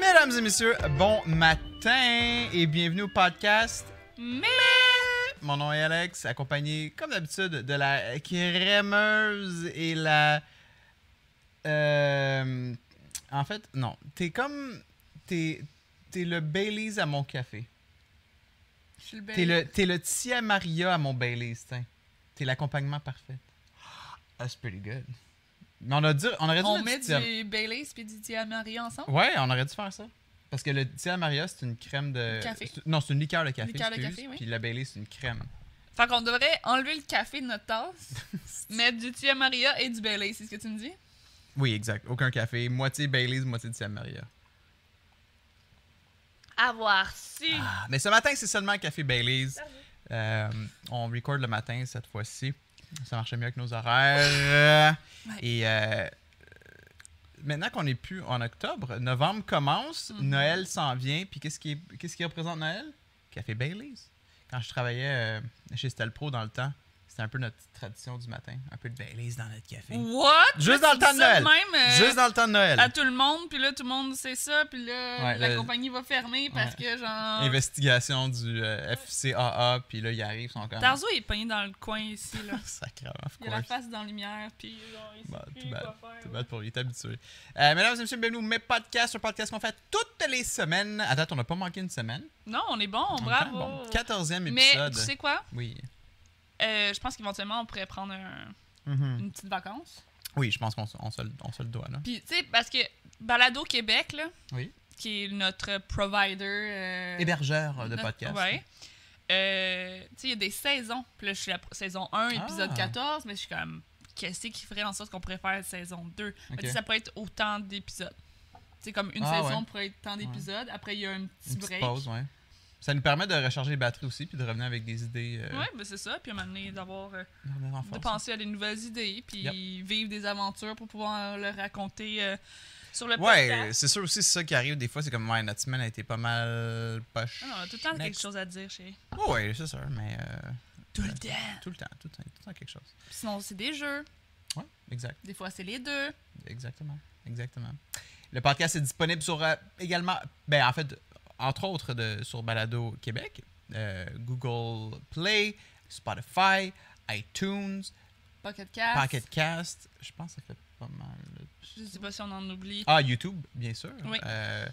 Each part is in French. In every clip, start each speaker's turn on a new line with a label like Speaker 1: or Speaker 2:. Speaker 1: Mesdames et messieurs, bon matin et bienvenue au podcast.
Speaker 2: Mais
Speaker 1: Mon nom est Alex, accompagné comme d'habitude de la crémeuse et la... Euh, en fait, non. T'es comme... T'es t'es le Baileys à mon café.
Speaker 2: je suis le
Speaker 1: T'es
Speaker 2: bel.
Speaker 1: le, t'es le Tia Maria à mon Baileys, tiens. T'es l'accompagnement parfait. That's pretty good. Mais on, a dû, on aurait dû
Speaker 2: On
Speaker 1: mettre
Speaker 2: met
Speaker 1: du Tia-
Speaker 2: du Baileys puis du Diamari ensemble.
Speaker 1: Ouais, on aurait dû faire ça. Parce que le Tia Maria, c'est une crème de.
Speaker 2: Café.
Speaker 1: c'est- Non, c'est une liqueur de café.
Speaker 2: Liqueur de
Speaker 1: excuse,
Speaker 2: café, oui.
Speaker 1: Puis la Bailey, c'est une crème.
Speaker 2: Fait qu'on devrait enlever le café de notre tasse, mettre du Tia Maria et du Baileys, c'est ce que tu me dis?
Speaker 1: Oui, exact. Aucun café. Moitié Bailey's, moitié Tia Maria.
Speaker 2: Avoir su!
Speaker 1: Ah, mais ce matin, c'est seulement café Bailey's. Euh, on record le matin cette fois-ci. Ça marchait mieux que nos horaires.
Speaker 2: Ouais.
Speaker 1: Et euh, maintenant qu'on n'est plus en octobre, novembre commence,
Speaker 2: Mm-hmm.
Speaker 1: Noël s'en vient. Puis qu'est-ce qui, est- qu'est-ce qui représente Noël? Café Bailey's. Quand je travaillais euh, chez Stelpro dans le temps, c'était un peu notre petite tradition du matin. Un peu de Bailey's dans notre café.
Speaker 2: What?
Speaker 1: Juste
Speaker 2: Là,
Speaker 1: dans
Speaker 2: tu
Speaker 1: le temps
Speaker 2: dis
Speaker 1: de
Speaker 2: ça
Speaker 1: Noël.
Speaker 2: même, euh,
Speaker 1: Juste dans le temps de Noël.
Speaker 2: à tout le monde, puis là, tout le monde sait ça, puis là,
Speaker 1: Ouais,
Speaker 2: la
Speaker 1: le-
Speaker 2: compagnie va fermer parce que, genre...
Speaker 1: Investigation du euh, FCAA. Puis là, ils arrivent, ils sont comme...
Speaker 2: Tarzo est pogné dans le coin ici, là.
Speaker 1: Sacrément,
Speaker 2: Il a la face dans la lumière, puis genre, il sait
Speaker 1: Bah,
Speaker 2: plus
Speaker 1: too bad,
Speaker 2: quoi faire.
Speaker 1: T'es bête pour lui, t'es habitué. Euh, mesdames et messieurs, bienvenue au Mes Podcasts, un podcast qu'on fait toutes les semaines. À date, on n'a pas manqué une semaine.
Speaker 2: Non, on est bon,
Speaker 1: En même
Speaker 2: Oh, bravo!
Speaker 1: temps, bon, 14e
Speaker 2: Mais
Speaker 1: épisode.
Speaker 2: tu sais quoi?
Speaker 1: Oui.
Speaker 2: Euh, je pense qu'éventuellement, on pourrait prendre un-
Speaker 1: Mhm.
Speaker 2: une petite vacance.
Speaker 1: Oui, je pense qu'on se- on se, le- on se le doit, là.
Speaker 2: Puis, tu sais, parce que Balado Québec, là,
Speaker 1: Oui. Eh
Speaker 2: qui est notre provider. euh,
Speaker 1: Hébergeur de
Speaker 2: notre-
Speaker 1: podcast.
Speaker 2: Ouais. Euh, tu sais, il y a des saisons. Puis là, je suis à la saison 1, épisode
Speaker 1: Ah.
Speaker 2: 14, mais je suis comme, qu'est-ce qui ferait en sorte qu'on pourrait faire saison 2? Fait que
Speaker 1: Ok.
Speaker 2: Ça pourrait être autant d'épisodes. C'est comme une
Speaker 1: Ah,
Speaker 2: saison
Speaker 1: ouais.
Speaker 2: pourrait être tant d'épisodes. Après, il y a un petit
Speaker 1: Une petite
Speaker 2: break.
Speaker 1: pause, ouais. Ça nous permet de recharger les batteries aussi, puis de revenir avec des idées. euh,
Speaker 2: Ouais, ben c'est ça. Puis à un moment donné, d'avoir, euh,
Speaker 1: de revenir en
Speaker 2: de
Speaker 1: force.
Speaker 2: penser à des nouvelles idées, puis vivre des aventures pour pouvoir le raconter euh, sur le
Speaker 1: Ouais,
Speaker 2: podcast.
Speaker 1: c'est sûr aussi, c'est ça qui arrive des fois. C'est comme, ouais, notre semaine a été pas mal poche.
Speaker 2: Ah, non, on a tout le temps quelque
Speaker 1: Next.
Speaker 2: chose à dire chez.
Speaker 1: Ouais, ouais, c'est sûr, mais euh,
Speaker 2: Ah. Tout le temps.
Speaker 1: tout le temps, tout le temps, tout le temps quelque chose.
Speaker 2: Puis Sinon, c'est des jeux.
Speaker 1: Ouais, exact.
Speaker 2: Des fois, c'est les deux.
Speaker 1: Exactement, exactement. Le podcast est disponible sur euh, également, ben en fait, entre autres de, sur Balado Québec, euh, Google Play, Spotify, iTunes,
Speaker 2: Pocket Cast.
Speaker 1: Pocket Cast. Je pense que ça fait pas mal.
Speaker 2: Je sais pas si on en oublie.
Speaker 1: Ah, YouTube, bien sûr.
Speaker 2: Oui.
Speaker 1: Euh,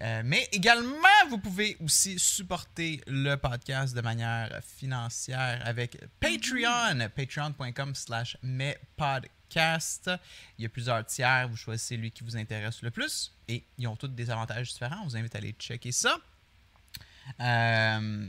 Speaker 1: euh, mais également, vous pouvez aussi supporter le podcast de manière financière avec Patreon, patreon.com slash mespodcast. Il y a plusieurs tiers, vous choisissez lui qui vous intéresse le plus et ils ont tous des avantages différents. On vous invite à aller checker ça. Euh,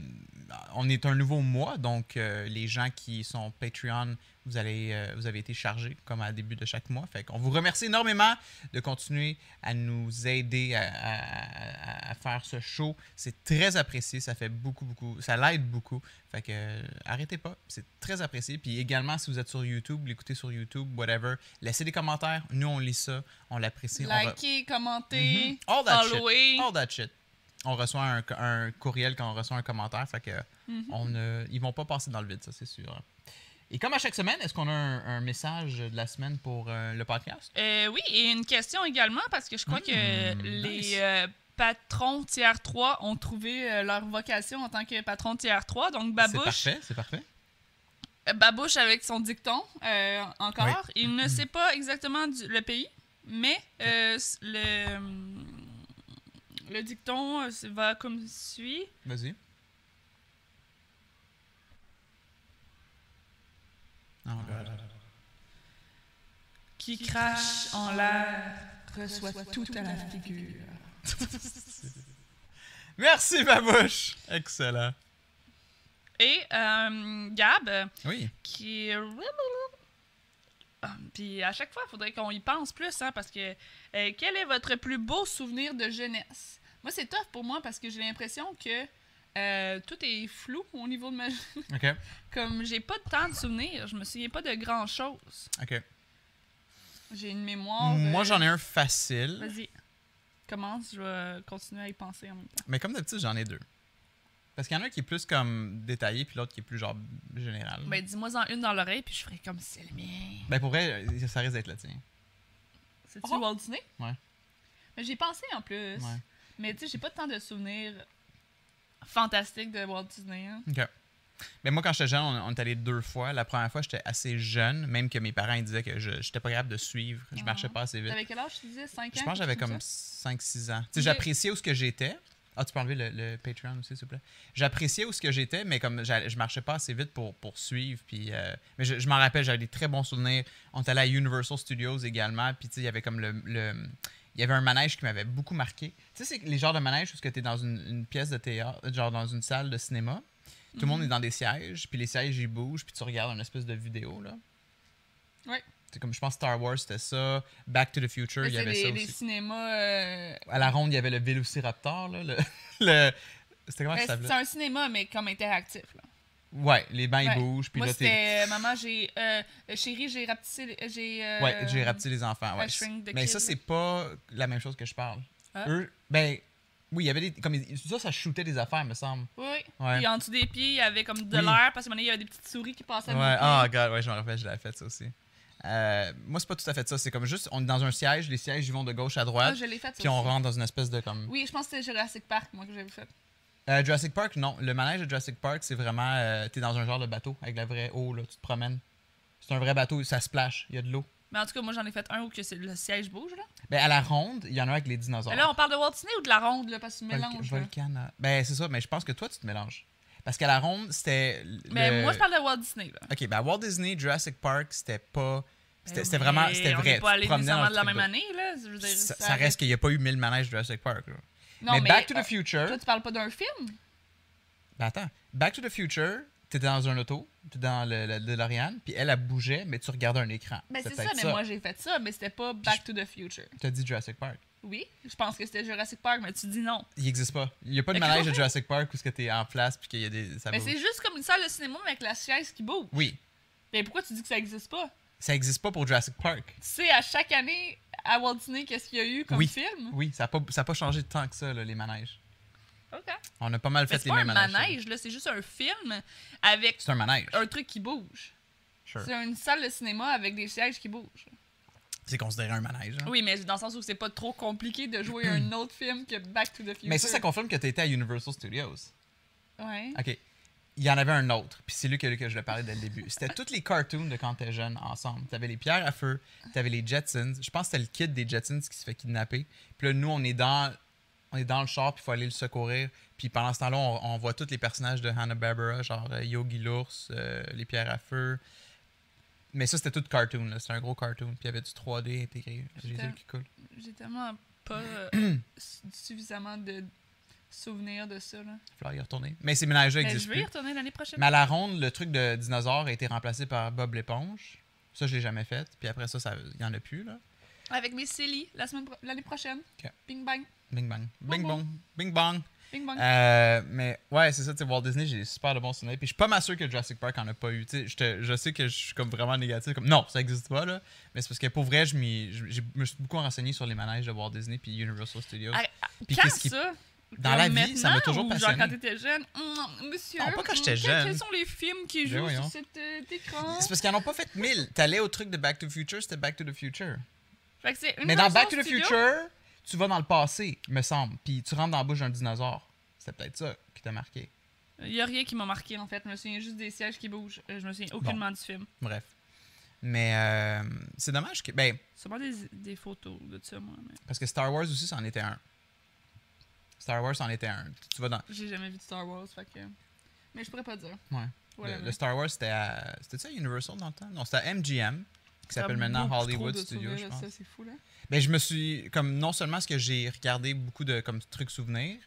Speaker 1: on est un nouveau mois, donc euh, les gens qui sont Patreon, vous, allez, euh, vous avez été chargés comme à début de chaque mois. Fait qu'on vous remercie énormément de continuer à nous aider à, à- à- à faire ce show. C'est très apprécié, ça fait beaucoup, beaucoup, ça l'aide beaucoup. Fait que euh, arrêtez pas, c'est très apprécié. Puis également, si vous êtes sur YouTube, l'écoutez sur YouTube, whatever, laissez des commentaires. Nous, on lit ça, on l'apprécie. on re-
Speaker 2: Liker, commenter,
Speaker 1: Mhm. All that shit. Oh.
Speaker 2: follower.
Speaker 1: All that shit. On reçoit un, un courriel quand on reçoit un commentaire, fait que on ne- ils vont pas passer dans le vide, ça c'est sûr. Et comme à chaque semaine, est-ce qu'on a un, un message de la semaine pour euh, le podcast?
Speaker 2: Euh, oui, et une question également, parce que je crois que
Speaker 1: Hmm,
Speaker 2: les
Speaker 1: nice.
Speaker 2: euh, patrons tiers 3 ont trouvé euh, leur vocation en tant que patron tiers 3. Donc,
Speaker 1: C'est
Speaker 2: Babouche,
Speaker 1: parfait, c'est parfait.
Speaker 2: euh, Babouche avec son dicton euh, encore. Il ne sait pas exactement du- le pays, mais euh, s- le, le dicton euh, va comme suit.
Speaker 1: Vas-y. Oh God.
Speaker 2: Qui crache en l'air reçoit tout à la figure.
Speaker 1: Merci, Babouche! Excellent.
Speaker 2: Et euh, Gab,
Speaker 1: Oui.
Speaker 2: qui. Ah, Puis à chaque fois, il faudrait qu'on y pense plus, hein, parce que euh, quel est votre plus beau souvenir de jeunesse? Moi, c'est tough pour moi parce que j'ai l'impression que euh, tout est flou au niveau de ma.
Speaker 1: OK.
Speaker 2: Comme j'ai pas tant de souvenirs, je me souviens pas de grand chose.
Speaker 1: OK.
Speaker 2: J'ai une mémoire.
Speaker 1: Moi,
Speaker 2: euh,
Speaker 1: j'en ai un facile,
Speaker 2: Vas-y. Commence, je vais continuer à y penser en même temps.
Speaker 1: mais comme d'habitude, j'en ai deux. Parce qu'il y en a un qui est plus comme détaillé, puis l'autre qui est plus genre général.
Speaker 2: Ben, dis-moi-en une dans l'oreille, puis je ferai comme si c'est le mien.
Speaker 1: Ben pour vrai, euh, ça risque d'être le tien.
Speaker 2: C'est-tu
Speaker 1: Oh.
Speaker 2: Walt Disney?
Speaker 1: Ouais.
Speaker 2: Mais j'ai pensé en plus.
Speaker 1: Ouais.
Speaker 2: Mais tu sais, j'ai pas tant de souvenirs fantastiques de Walt Disney. hein.
Speaker 1: OK. Mais moi, quand j'étais jeune, on, on est allé deux fois. La première fois, j'étais assez jeune, même que mes parents ils disaient que je n'étais pas capable de suivre. Je
Speaker 2: Ah.
Speaker 1: marchais pas assez vite.
Speaker 2: T'avais quel âge, tu disais 5 ans
Speaker 1: Je pense que j'avais
Speaker 2: quelque chose
Speaker 1: comme 5-6 ans. Tu sais,
Speaker 2: Ok.
Speaker 1: j'appréciais où ce que j'étais. Ah, tu peux enlever le, le Patreon aussi, s'il te plaît. J'appréciais où ce que j'étais, mais comme j'allais- je marchais pas assez vite pour, pour suivre. Puis, euh, mais je, je m'en rappelle, j'avais des très bons souvenirs. On est allé à Universal Studios également. Puis, tu sais, il y avait comme le. le- il y avait un manège qui m'avait beaucoup marqué. Tu sais, c'est les genres de manèges où tu es dans une, une pièce de théâtre, genre dans une salle de cinéma. Tout le
Speaker 2: Mhm.
Speaker 1: monde est dans des sièges, puis les sièges, ils bougent, puis tu regardes une espèce de vidéo, là.
Speaker 2: Ouais.
Speaker 1: C'est comme, je pense, Star Wars, c'était ça. Back to the Future,
Speaker 2: comme ça?
Speaker 1: il y avait
Speaker 2: Mais c'est
Speaker 1: ça
Speaker 2: des,
Speaker 1: aussi.
Speaker 2: des cinémas. euh,
Speaker 1: À la ronde, il y avait le Velociraptor, là. Le, le- C'était comment
Speaker 2: ben,
Speaker 1: ça
Speaker 2: c'est
Speaker 1: s'appelait?
Speaker 2: un cinéma, mais comme interactif. là.
Speaker 1: Ouais, les bains,
Speaker 2: Ouais.
Speaker 1: ils bougent, puis
Speaker 2: Moi,
Speaker 1: là, t'es...
Speaker 2: c'était euh, Maman, j'ai. euh, euh, chérie, j'ai rapetissé. les- J'ai. euh,
Speaker 1: Ouais, j'ai rapetissé les enfants, ouais.
Speaker 2: I Shrink the
Speaker 1: Mais ça,
Speaker 2: Kid.
Speaker 1: c'est pas la même chose que je parle.
Speaker 2: Ah.
Speaker 1: Eux, ben... Oui, il y avait des... Comme, ils- ça, ça shootait des affaires, me semble.
Speaker 2: Oui. oui.
Speaker 1: Ouais.
Speaker 2: Puis en dessous des pieds, il y avait comme de
Speaker 1: Oui.
Speaker 2: l'air, parce que un moment donné, il y avait des petites souris qui passaient. de nos
Speaker 1: Ouais,
Speaker 2: pieds.
Speaker 1: ah, God, ouais, je me rappelle, je l'avais fait, ça aussi. Euh, moi, c'est pas tout à fait ça. C'est comme juste, on est dans un siège, les sièges, ils vont de gauche à
Speaker 2: Ah,
Speaker 1: droite,
Speaker 2: je l'ai fait. ça
Speaker 1: puis on
Speaker 2: aussi.
Speaker 1: rentre dans une espèce de, comme...
Speaker 2: Oui, je pense que c'était Jurassic Park, moi, que j'avais fait.
Speaker 1: Euh, Jurassic Park, non. Le manège de Jurassic Park, c'est vraiment. euh, t'es dans un genre de bateau avec la vraie eau, là. Tu te promènes. C'est un vrai bateau, ça splash, il y a de l'eau.
Speaker 2: Mais en tout cas, moi, j'en ai fait un où que c'est- le siège bouge, là.
Speaker 1: Ben, à la ronde, il y en a un avec les dinosaures.
Speaker 2: Mais là, on parle de Walt Disney ou de la ronde, là, parce que tu
Speaker 1: Volca-
Speaker 2: mélanges. là.
Speaker 1: Volcano- Ben, c'est ça, mais je pense que toi, tu te mélanges. Parce qu'à la ronde, c'était. l-
Speaker 2: Mais
Speaker 1: le-
Speaker 2: moi, je parle de Walt Disney, là.
Speaker 1: Ok, ben, Walt Disney, Jurassic Park, c'était pas. C'était
Speaker 2: Ben
Speaker 1: c'était
Speaker 2: oui,
Speaker 1: vraiment. C'était
Speaker 2: on est
Speaker 1: vrai. tu te
Speaker 2: pas allé
Speaker 1: promenais dans
Speaker 2: nécessairement
Speaker 1: le
Speaker 2: de la
Speaker 1: truc
Speaker 2: même
Speaker 1: d'eau.
Speaker 2: année, là. Je veux dire,
Speaker 1: Ça, ça reste qu'il n'y a pas eu 1000 manèges de Jurassic Park, là.
Speaker 2: Non,
Speaker 1: mais, Back to
Speaker 2: euh,
Speaker 1: the Future.
Speaker 2: Toi, tu parles pas d'un film?
Speaker 1: Ben attends, Back to the Future, t'étais dans un auto, t'es dans le, le DeLorean, puis elle, elle bougeait, mais tu regardais un écran.
Speaker 2: Ben, c'est ça,
Speaker 1: peut-être
Speaker 2: mais moi, j'ai fait ça, mais c'était pas Back to the Future.
Speaker 1: T'as dit Jurassic Park.
Speaker 2: Oui, je pense que c'était Jurassic Park, mais tu dis non.
Speaker 1: Il existe pas. Il y a pas de
Speaker 2: Mais
Speaker 1: manège de Jurassic Park où ce que t'es en place puis qu'il y a des... ça
Speaker 2: Mais
Speaker 1: bouge.
Speaker 2: Ben, c'est juste comme une salle de cinéma, mais avec la chaise qui bouge.
Speaker 1: Oui,
Speaker 2: Mais pourquoi tu dis que ça existe pas?
Speaker 1: ça existe pas pour Jurassic Park.
Speaker 2: Tu sais, à chaque année, à Walt Disney, qu'est-ce qu'il y a eu comme
Speaker 1: Oui.
Speaker 2: film?
Speaker 1: Oui, ça a pas, ça a pas changé de temps que ça, là, les manèges.
Speaker 2: OK.
Speaker 1: On a pas mal
Speaker 2: Mais
Speaker 1: fait
Speaker 2: c'est
Speaker 1: les
Speaker 2: pas un
Speaker 1: mêmes manèges.
Speaker 2: manège, là, c'est juste un film avec
Speaker 1: C'est un manège,
Speaker 2: un truc qui bouge.
Speaker 1: sure.
Speaker 2: C'est une salle de cinéma avec des sièges qui bougent.
Speaker 1: C'est considéré un manège. hein.
Speaker 2: Hein? Oui, mais dans le sens où c'est pas trop compliqué de jouer un autre film que Back to the Future.
Speaker 1: Mais ça, ça confirme que t'étais à Universal Studios.
Speaker 2: Ouais.
Speaker 1: OK. Il y en avait un autre, puis c'est lui que, que je le parlais dès le début. C'était toutes les cartoons de quand t'es jeune ensemble. T'avais les pierres à feu, t'avais les Jetsons. Je pense que c'était le kid des Jetsons qui se fait kidnapper. Puis là, nous, on est dans, on est dans le char, puis il faut aller le secourir. Puis pendant ce temps-là, on, on voit tous les personnages de Hanna-Barbera, genre euh, Yogi l'ours, euh, les pierres à feu. Mais ça, c'était tout cartoon. là. C'était un gros cartoon. Puis il y avait du 3D intégré. J'ai les
Speaker 2: Putain.
Speaker 1: yeux qui coulent.
Speaker 2: J'ai tellement pas euh, su- suffisamment de souvenirs de ça. Là.
Speaker 1: Il va falloir y retourner. Mais ces ménages-là
Speaker 2: Mais
Speaker 1: existent
Speaker 2: je vais y
Speaker 1: plus.
Speaker 2: retourner l'année prochaine.
Speaker 1: Mais à la ronde, le truc de dinosaure a été remplacé par Bob l'éponge. Ça, je l'ai jamais fait. Puis après ça, ça- il n'y en a plus, là.
Speaker 2: Avec mes Silly la semaine pro- l'année prochaine.
Speaker 1: Ok.
Speaker 2: Bing bang.
Speaker 1: Bing bang. Bing
Speaker 2: Bing
Speaker 1: bong. Bing bang.
Speaker 2: Bing bang.
Speaker 1: Euh, mais ouais, c'est ça, tu sais, Walt Disney, j'ai super de bons souvenirs. Puis je suis pas mal sûr que Jurassic Park en a pas eu. Tu sais, je te- je sais que je suis comme vraiment négatif. Comme non, ça existe pas, là. Mais c'est parce que pour vrai, je, m'y- je- j'ai- je me suis beaucoup renseigné sur les manèges de Walt Disney puis Universal Studios.
Speaker 2: Ah,
Speaker 1: puis
Speaker 2: quand
Speaker 1: qu'est-ce qui-
Speaker 2: ça?
Speaker 1: Dans
Speaker 2: Comme
Speaker 1: la vie, ça m'a
Speaker 2: maintenant
Speaker 1: toujours
Speaker 2: ou
Speaker 1: passionné.
Speaker 2: Genre quand t'étais jeune. Hum, monsieur.
Speaker 1: Non, pas quand
Speaker 2: hum,
Speaker 1: j'étais
Speaker 2: quels-
Speaker 1: jeune.
Speaker 2: Quels sont les films qui
Speaker 1: Ben
Speaker 2: jouent
Speaker 1: voyons.
Speaker 2: sur cet euh, écran?
Speaker 1: C'est parce qu'ils en ont pas fait mille. T'allais au truc de Back to the Future, c'était Back to the Future.
Speaker 2: Fait que c'est
Speaker 1: Mais dans
Speaker 2: Universal
Speaker 1: Back to the
Speaker 2: Studios.
Speaker 1: Future, tu vas dans le passé, me semble, puis tu rentres dans la bouche d'un dinosaure. C'est peut-être ça qui t'a marqué.
Speaker 2: Il y a rien qui m'a marqué en fait. Je me souviens juste des sièges qui bougent. Euh, Je me souviens aucunement du film.
Speaker 1: Bref. Mais euh, c'est dommage que. Ben,
Speaker 2: Sûrement des, des photos de ça, moi. Mais
Speaker 1: parce que Star Wars aussi, c'en était un. Star Wars, c'en était un. Tu vas dans.
Speaker 2: j'ai jamais vu de Star Wars. Fait que... Mais je pourrais pas dire.
Speaker 1: Ouais.
Speaker 2: Voilà.
Speaker 1: le, le Star Wars, c'était à. C'était ça Universal dans le temps Non, c'était à MGM, qui
Speaker 2: Ça a
Speaker 1: s'appelle maintenant
Speaker 2: beaucoup trop
Speaker 1: Hollywood
Speaker 2: de
Speaker 1: Studios, je
Speaker 2: souvenirs,
Speaker 1: pense.
Speaker 2: Ça, c'est fou, là. Oh,
Speaker 1: Ben, je me suis. Comme, non seulement ce que j'ai regardé beaucoup de comme, trucs souvenirs,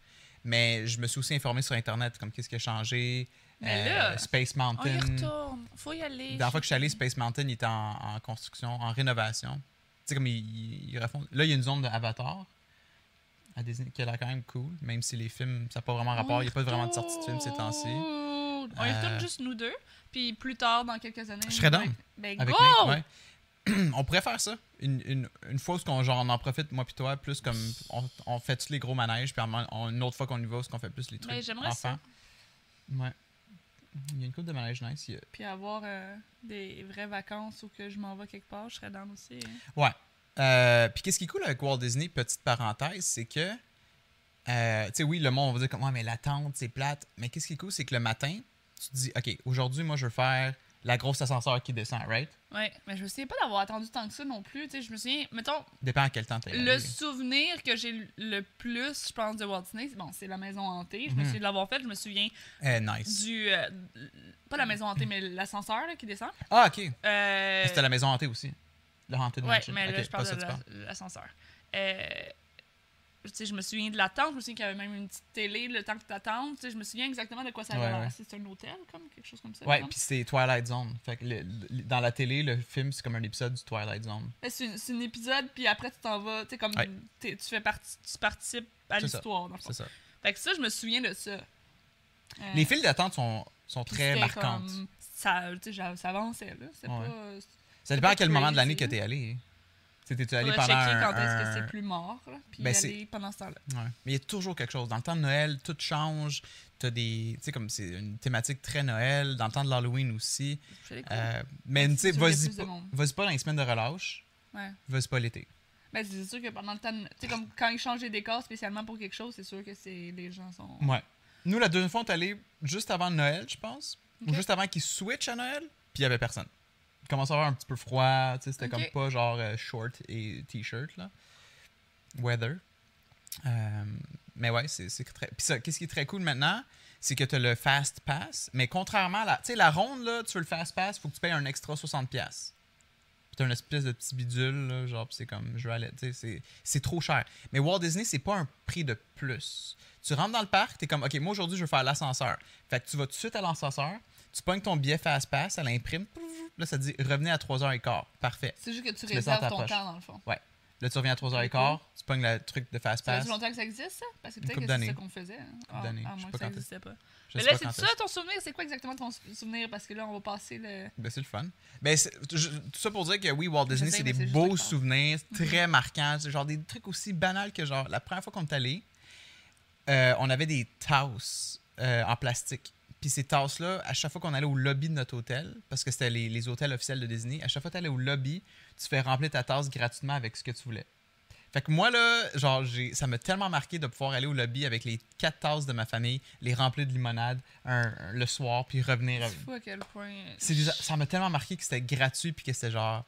Speaker 1: mais je me suis aussi informé sur Internet, comme qu'est-ce qui a changé.
Speaker 2: Mais
Speaker 1: euh,
Speaker 2: là,
Speaker 1: Space
Speaker 2: On y
Speaker 1: Mountain.
Speaker 2: retourne. Faut y aller.
Speaker 1: La dernière fois que je suis allé, Space Mountain, il était en, en construction, en rénovation. Tu sais, comme ils, ils- ils refont. Là, il y a une zone d'Avatar à Disney qui est là quand même cool, même si les films, ça n'a pas vraiment rapport. Il n'y a pas vraiment de sortie de film ces temps-ci.
Speaker 2: On y retourne
Speaker 1: Euh,
Speaker 2: juste nous deux. Puis plus tard, dans quelques années.
Speaker 1: Je serais
Speaker 2: ben-
Speaker 1: down.
Speaker 2: Ben,
Speaker 1: Avec
Speaker 2: go!
Speaker 1: Nick, ouais. on pourrait faire ça. Une, une, une fois où ce qu'on- genre, on en profite, moi puis toi, plus comme on, on fait tous les gros manèges, puis en- en- une autre fois qu'on y va, où ce qu'on fait plus les trucs.
Speaker 2: Ben, j'aimerais
Speaker 1: enfants. Ouais. Il y a une coupe de manèges nice. il y a-
Speaker 2: Puis avoir euh, des vraies vacances ou que je m'en vais quelque part, je serais dans aussi. hein.
Speaker 1: Ouais. Euh, puis qu'est-ce qui est cool avec Walt Disney, petite parenthèse, c'est que euh, tu sais, oui, le monde, on va dire comme, ouais, mais l'attente, c'est plate. Mais qu'est-ce qui est cool, c'est que le matin, tu te dis, OK, aujourd'hui, moi, je veux faire la grosse ascenseur qui descend, right?
Speaker 2: Ouais, mais je sais pas d'avoir attendu tant que ça non plus. Tu sais, je me souviens, mettons,
Speaker 1: Dépend à quel temps tu
Speaker 2: le souvenir que j'ai le plus, je pense, de Walt Disney, c'est- bon, c'est la maison hantée. Je me
Speaker 1: Mhm.
Speaker 2: souviens de l'avoir faite. Je me souviens
Speaker 1: nice.
Speaker 2: du. euh, pas la maison hantée, mais l'ascenseur là, qui descend.
Speaker 1: Ah, OK.
Speaker 2: Euh,
Speaker 1: C'était la maison hantée aussi. Le Haunted
Speaker 2: Ouais,
Speaker 1: Mansion.
Speaker 2: mais là,
Speaker 1: Ok,
Speaker 2: je parle
Speaker 1: pas
Speaker 2: de
Speaker 1: ça, tu
Speaker 2: la- l'ascenseur. Euh, tu sais, je me souviens de l'attente. Je me souviens qu'il y avait même une petite télé le temps que t'attends. Tu sais, je me souviens exactement de quoi ça
Speaker 1: Ouais,
Speaker 2: avait l'air.
Speaker 1: ouais.
Speaker 2: C'est un hôtel, comme quelque chose comme ça.
Speaker 1: Ouais,
Speaker 2: non?
Speaker 1: puis c'est Twilight Zone. Fait que le- le- dans la télé, le film, c'est comme un épisode du Twilight Zone.
Speaker 2: Mais C'est une- c'est un épisode, puis après, tu t'en vas. Tu sais, comme.
Speaker 1: Ouais.
Speaker 2: t'es- Tu, fais partie, tu participes à
Speaker 1: C'est ça.
Speaker 2: l'histoire, dans le fond.
Speaker 1: C'est ça.
Speaker 2: Fait que ça, je me souviens de ça. Euh,
Speaker 1: Les files d'attente sont, sont
Speaker 2: puis
Speaker 1: très
Speaker 2: c'était
Speaker 1: marquantes.
Speaker 2: comme- Ça, tu sais, j'a- ça avançait, là. C'est
Speaker 1: Ouais.
Speaker 2: pas.
Speaker 1: Ça dépend à
Speaker 2: pas
Speaker 1: quel moment de l'année que
Speaker 2: crazy.
Speaker 1: t'es allé. Tu t'es allé
Speaker 2: Faudrait
Speaker 1: pendant
Speaker 2: checker
Speaker 1: un-
Speaker 2: quand est-ce que
Speaker 1: un-
Speaker 2: c'est plus mort, là, puis
Speaker 1: Ben, c'est-
Speaker 2: aller pendant ce temps-là.
Speaker 1: Ouais. Mais il y a toujours quelque chose. Dans le temps de Noël, tout change. T'as des. Tu sais, comme c'est une thématique très Noël. Dans le temps de l'Halloween aussi.
Speaker 2: C'est cool.
Speaker 1: Euh, mais tu sais,
Speaker 2: sûr qu'il y a
Speaker 1: vas-y
Speaker 2: plus de
Speaker 1: pas,
Speaker 2: monde.
Speaker 1: vas-y pas dans les semaines de relâche.
Speaker 2: Ouais.
Speaker 1: Vas-y pas l'été.
Speaker 2: Ben, c'est sûr que pendant le temps. de- Tu sais, comme quand ils changent les décors spécialement pour quelque chose, c'est sûr que c'est les gens sont.
Speaker 1: Ouais. Nous, la deuxième fois, on est allé juste avant Noël, je pense. Ou
Speaker 2: Ok.
Speaker 1: juste avant qu'ils switchent à Noël. Puis il y avait personne. Il commençait à avoir un petit peu froid. tu sais, C'était
Speaker 2: Ok.
Speaker 1: comme pas genre euh, short et t-shirt. là. Weather. Euh, mais ouais, c'est c'est très. Puis ça, qu'est-ce qui est très cool maintenant? C'est que tu as le fast pass. Mais contrairement à la. Tu sais, la ronde, là, tu veux le fast pass, faut que tu payes un extra 60$. piastres. Puis t'as une espèce de petit bidule, là, genre, puis c'est comme, je vais aller, tu sais, c'est- c'est trop cher. Mais Walt Disney, c'est pas un prix de plus. Tu rentres dans le parc, t'es comme, OK, moi aujourd'hui, je veux faire l'ascenseur. Fait que tu vas tout de suite à l'ascenseur, tu pognes ton billet Fast Pass, elle imprime, pouf, là, ça te dit, revenez à 3h15. Parfait.
Speaker 2: C'est juste que tu
Speaker 1: mets ça dans
Speaker 2: réserves
Speaker 1: ta
Speaker 2: ton
Speaker 1: poche.
Speaker 2: temps, dans le fond.
Speaker 1: Là, tu reviens à 3h15, tu pognes le truc de Fast
Speaker 2: Mhm. Ça
Speaker 1: Pass.
Speaker 2: fait longtemps que ça existe, ça Parce que
Speaker 1: Une couple
Speaker 2: peut-être que c'est
Speaker 1: d'années.
Speaker 2: ça qu'on faisait. hein. Ah,
Speaker 1: d'années,
Speaker 2: À
Speaker 1: je sais pas
Speaker 2: moins que ça
Speaker 1: quand
Speaker 2: n'existait pas.
Speaker 1: Je
Speaker 2: Mais
Speaker 1: sais
Speaker 2: là,
Speaker 1: pas
Speaker 2: c'est
Speaker 1: quand
Speaker 2: ça ton souvenir C'est quoi exactement ton sou- souvenir Parce que là, on va passer le.
Speaker 1: Ben, c'est le fun. Ben, c'est- je- tout ça pour dire que oui, Walt Disney,
Speaker 2: sais,
Speaker 1: c'est
Speaker 2: mais
Speaker 1: des
Speaker 2: c'est juste
Speaker 1: beaux
Speaker 2: ça que je Mm-hmm.
Speaker 1: souvenirs très marquants. C'est genre des trucs aussi banals que genre la première fois qu'on est allé, euh, on avait des tasses euh, en plastique. Puis ces tasses-là, à chaque fois qu'on allait au lobby de notre hôtel, parce que c'était les, les hôtels officiels de Disney, à chaque fois que tu allais au lobby, tu fais remplir ta tasse gratuitement avec ce que tu voulais. Fait que moi, là, genre, j'ai, ça m'a tellement marqué de pouvoir aller au lobby avec les quatre tasses de ma famille, les remplir de limonade un- un- le soir, puis revenir avec,
Speaker 2: Tu vois à quel point.
Speaker 1: c'est des- ça m'a tellement marqué que c'était gratuit puis que c'était genre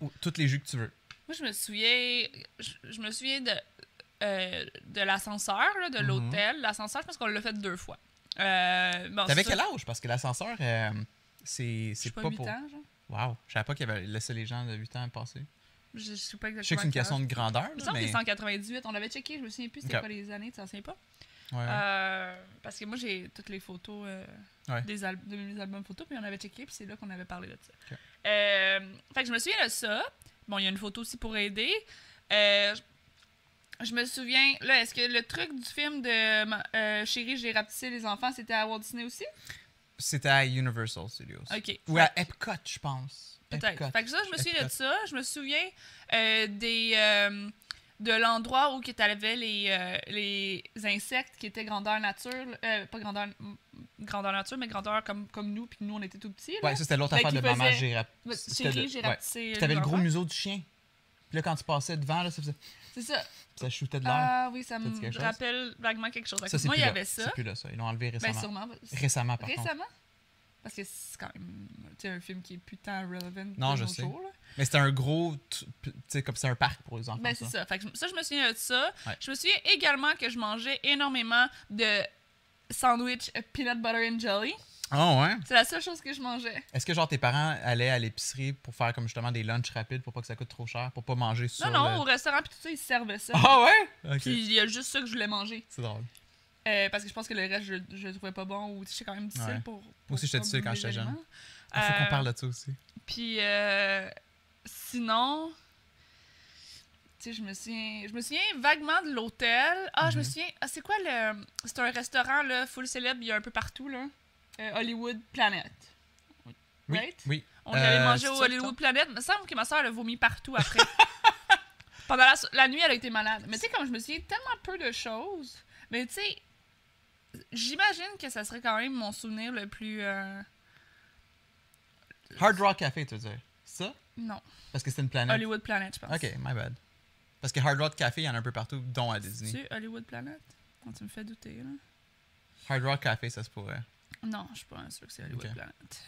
Speaker 1: ou- toutes les jus que tu veux.
Speaker 2: Moi, je me souviens, je, je me souviens de, euh, de l'ascenseur, là, de
Speaker 1: Mhm.
Speaker 2: l'hôtel. L'ascenseur, je pense qu'on l'a fait deux fois. Euh, bon,
Speaker 1: T'avais
Speaker 2: c'est
Speaker 1: quel
Speaker 2: sûr-
Speaker 1: âge parce que l'ascenseur euh, c'est
Speaker 2: Je suis
Speaker 1: c'est
Speaker 2: pas,
Speaker 1: pas,
Speaker 2: 8
Speaker 1: pour
Speaker 2: ans, genre.
Speaker 1: Wow, je savais pas qu'il avait laissé les gens de 8 ans passer.
Speaker 2: Je, je sais pas exactement.
Speaker 1: Je sais que c'est une
Speaker 2: quel
Speaker 1: question
Speaker 2: âge.
Speaker 1: de grandeur
Speaker 2: Il me
Speaker 1: là,
Speaker 2: semble que
Speaker 1: mais
Speaker 2: c'est 198. On l'avait checké, je me souviens plus c'était
Speaker 1: Ok.
Speaker 2: quoi les années, tu t'en souviens pas?
Speaker 1: ouais, ouais.
Speaker 2: Euh, parce que moi, j'ai toutes les photos euh,
Speaker 1: Ouais.
Speaker 2: des al- de mes albums photos, puis on avait checké, puis c'est là qu'on avait parlé de ça.
Speaker 1: Ok.
Speaker 2: Euh, fait que je me souviens de ça. Bon, il y a une photo aussi pour aider. Euh, je- je me souviens, là, est-ce que le truc du film de ma- euh, Chérie, j'ai rapetissé les enfants, c'était à Walt Disney aussi?
Speaker 1: c'était à Universal Studios.
Speaker 2: Ok.
Speaker 1: Ou à Epcot, je pense.
Speaker 2: Peut-être.
Speaker 1: Epcot.
Speaker 2: Fait que ça, je me souviens de
Speaker 1: Epcot.
Speaker 2: ça. Je me souviens euh, des, euh, de l'endroit où tu avais les, euh, les insectes qui étaient grandeur nature. euh, pas grandeur, m- grandeur nature, mais grandeur comme, comme nous, puis nous, on était tout petits. là.
Speaker 1: Ouais, ça c'était l'autre
Speaker 2: Fait
Speaker 1: affaire de
Speaker 2: qu'il
Speaker 1: maman
Speaker 2: faisait-
Speaker 1: Gérard.
Speaker 2: Mais
Speaker 1: C'était
Speaker 2: Chérie,
Speaker 1: de-
Speaker 2: j'ai euh,
Speaker 1: ouais.
Speaker 2: rapetissé.
Speaker 1: Puis T'avais le
Speaker 2: les
Speaker 1: gros
Speaker 2: enfants.
Speaker 1: museau du chien. Puis là quand tu passais devant là, ça faisait
Speaker 2: C'est ça.
Speaker 1: ça shootait de l'air.
Speaker 2: Ah oui, ça
Speaker 1: T'as dit quelque
Speaker 2: me
Speaker 1: chose?
Speaker 2: rappelle vaguement quelque chose.
Speaker 1: ça c'est
Speaker 2: Euh, Moi,
Speaker 1: plus
Speaker 2: il y
Speaker 1: là.
Speaker 2: avait ça.
Speaker 1: C'est plus là ça, ils l'ont enlevé
Speaker 2: Ben,
Speaker 1: récemment.
Speaker 2: sûrement.
Speaker 1: Récemment par contre.
Speaker 2: Récemment? Parce que c'est quand même tu sais, un film qui est putain relevant.
Speaker 1: Non,
Speaker 2: de
Speaker 1: je
Speaker 2: nos
Speaker 1: sais.
Speaker 2: jours, là.
Speaker 1: Mais c'était un gros, tu tu sais, comme c'est un parc pour les enfants.
Speaker 2: Ben, c'est ça. Fait que ça, je me souviens de ça.
Speaker 1: Ouais.
Speaker 2: Je me souviens également que je mangeais énormément de sandwich peanut butter and jelly.
Speaker 1: Ah ouais?
Speaker 2: C'est la seule chose que je mangeais.
Speaker 1: Est-ce que genre tes parents allaient à l'épicerie pour faire comme justement des lunchs rapides pour pas que ça coûte trop cher, pour pas manger sur
Speaker 2: non, non,
Speaker 1: le-
Speaker 2: au restaurant, puis tout ça, ils servaient ça.
Speaker 1: Ah ouais? Ok.
Speaker 2: Puis il y a juste ça que je voulais manger.
Speaker 1: C'est drôle.
Speaker 2: Euh, parce que je pense que le reste, je, je le trouvais pas bon ou tu sais, c'est quand même difficile
Speaker 1: Ouais.
Speaker 2: pour. pour
Speaker 1: aussi, j'étais
Speaker 2: comme
Speaker 1: difficile quand
Speaker 2: les
Speaker 1: j'étais jeune.
Speaker 2: aliments.
Speaker 1: Il faut
Speaker 2: Euh,
Speaker 1: qu'on parle de ça aussi.
Speaker 2: Puis euh, sinon, tu sais, je me souviens, je me souviens vaguement de l'hôtel. Ah, je me
Speaker 1: Mhm.
Speaker 2: souviens, ah, c'est quoi le c'est un restaurant là full célèbre, il y a un peu partout là. Euh, Hollywood Planet.
Speaker 1: Oui,
Speaker 2: right?
Speaker 1: oui.
Speaker 2: On l'avait
Speaker 1: Euh,
Speaker 2: mangé
Speaker 1: c'est
Speaker 2: au
Speaker 1: ça,
Speaker 2: Hollywood
Speaker 1: attends.
Speaker 2: Planet, il me semble que ma soeur elle a vomi partout après. Pendant la, so- la nuit, elle a été malade. Mais tu sais, comme je me souviens tellement peu de choses, mais tu sais, j'imagine que ça serait quand même mon souvenir le plus euh,
Speaker 1: Hard Rock Café, tu veux dire. Ça?
Speaker 2: non
Speaker 1: Parce que c'était une planète.
Speaker 2: Hollywood Planet, je pense.
Speaker 1: Ok, my bad. Parce que Hard Rock Café, il y en a un peu partout, dont à Disney.
Speaker 2: C'est Hollywood Planet. Tu me fais douter, là.
Speaker 1: Hard Rock Café, ça se pourrait.
Speaker 2: Non, je suis pas sûre que c'est Hollywood
Speaker 1: Ok.
Speaker 2: Planet.